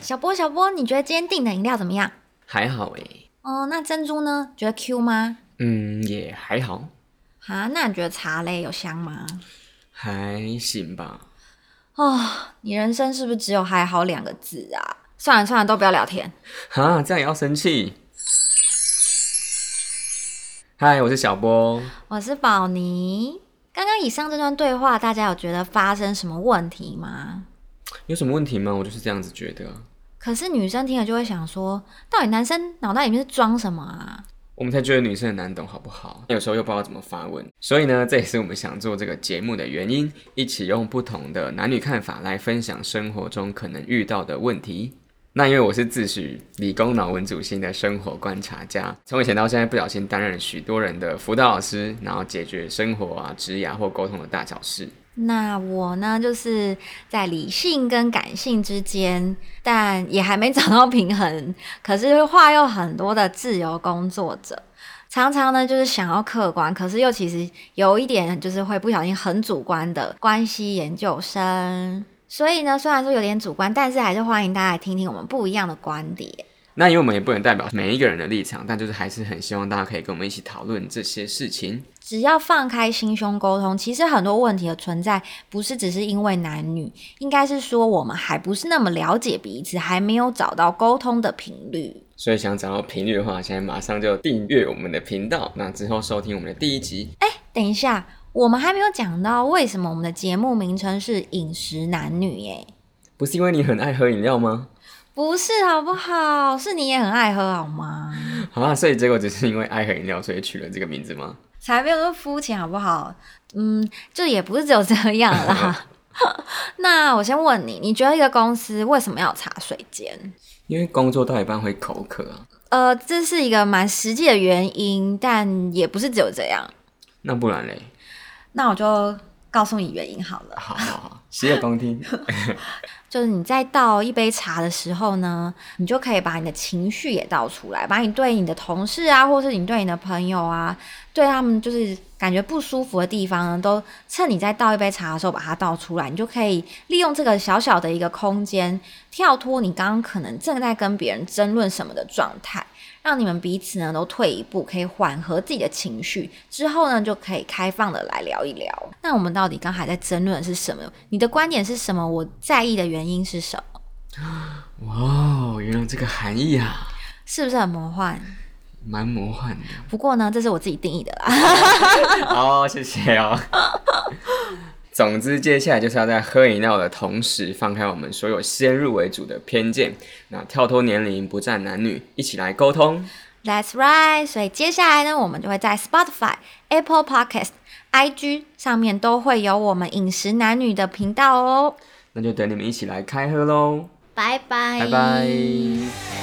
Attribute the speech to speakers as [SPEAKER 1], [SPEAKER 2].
[SPEAKER 1] 小波，小波，你觉得今天订的饮料怎么样？
[SPEAKER 2] 还好欸诶、
[SPEAKER 1] 哦，那珍珠呢？觉得 Q 吗？
[SPEAKER 2] 嗯，也还好，
[SPEAKER 1] 啊，那你觉得茶类有香吗？
[SPEAKER 2] 还行吧。
[SPEAKER 1] 哦，你人生是不是只有还好两个字啊？算了算了，都不要聊天。
[SPEAKER 2] 哈，这样也要生气？嗨，我是小波。
[SPEAKER 1] 我是宝妮。刚刚以上这段对话，大家有觉得发生什么问题吗？
[SPEAKER 2] 有什么问题吗？我就是这样子觉得。
[SPEAKER 1] 可是女生听了就会想说，到底男生脑袋里面是装什么啊？
[SPEAKER 2] 我们才觉得女生很难懂，好不好？有时候又不知道怎么发问，所以呢，这也是我们想做这个节目的原因，一起用不同的男女看法来分享生活中可能遇到的问题。那因为我是自诩理工脑文主星的生活观察家，从以前到现在不小心担任许多人的辅导老师，然后解决生活啊、职涯或沟通的大小事。
[SPEAKER 1] 那我呢，就是在理性跟感性之间，但也还没找到平衡。可是话又很多的自由工作者，常常呢就是想要客观，可是又其实有一点就是会不小心很主观的关系研究生。所以呢，虽然说有点主观，但是还是欢迎大家来听听我们不一样的观点。
[SPEAKER 2] 那因为我们也不能代表每一个人的立场，但就是还是很希望大家可以跟我们一起讨论这些事情。
[SPEAKER 1] 只要放开心胸沟通，其实很多问题的存在不是只是因为男女，应该是说我们还不是那么了解彼此，还没有找到沟通的频率。
[SPEAKER 2] 所以想找到频率的话，现在马上就订阅我们的频道，那之后收听我们的第一集。哎
[SPEAKER 1] 等一下，我们还没有讲到为什么我们的节目名称是“饮食男女”耶，
[SPEAKER 2] 不是因为你很爱喝饮料吗？
[SPEAKER 1] 不是好不好？是你也很爱喝好吗？
[SPEAKER 2] 啊，所以结果只是因为爱喝饮料，所以取了这个名字吗？
[SPEAKER 1] 才没有那么肤浅好不好？嗯，就也不是只有这样啦。 那我先问你，你觉得一个公司为什么要有茶水间？
[SPEAKER 2] 因为工作到一半会口渴啊。
[SPEAKER 1] 呃，这是一个蛮实际的原因，但也不是只有这样。
[SPEAKER 2] 那不然嘞？
[SPEAKER 1] 那我就告诉你原因好了，
[SPEAKER 2] 好好好，洗耳恭听。
[SPEAKER 1] 就是你在倒一杯茶的时候呢，你就可以把你的情绪也倒出来，把你对你的同事啊，或是你对你的朋友啊，对他们就是感觉不舒服的地方呢，都趁你在倒一杯茶的时候把它倒出来，你就可以利用这个小小的一个空间，跳脱你刚刚可能正在跟别人争论什么的状态。让你们彼此呢都退一步，可以缓和自己的情绪，之后呢就可以开放的来聊一聊。那我们到底刚才在争论的是什么？你的观点是什么？我在意的原因是什么？
[SPEAKER 2] 哇哦，原来这个含义啊，
[SPEAKER 1] 是不是很魔幻？
[SPEAKER 2] 蛮魔幻的。
[SPEAKER 1] 不过呢，这是我自己定义的啦。
[SPEAKER 2] 好、谢谢哦。总之，接下来就是要在喝饮料的同时，放开我们所有先入为主的偏见，那跳脱年龄，不占男女，一起来沟通。
[SPEAKER 1] That's right。所以接下来呢，我们就会在 Spotify、Apple Podcast、IG 上面都会有我们饮食男女的频道哦。
[SPEAKER 2] 那就等你们一起来开喝喽，
[SPEAKER 1] 拜拜，
[SPEAKER 2] 拜拜。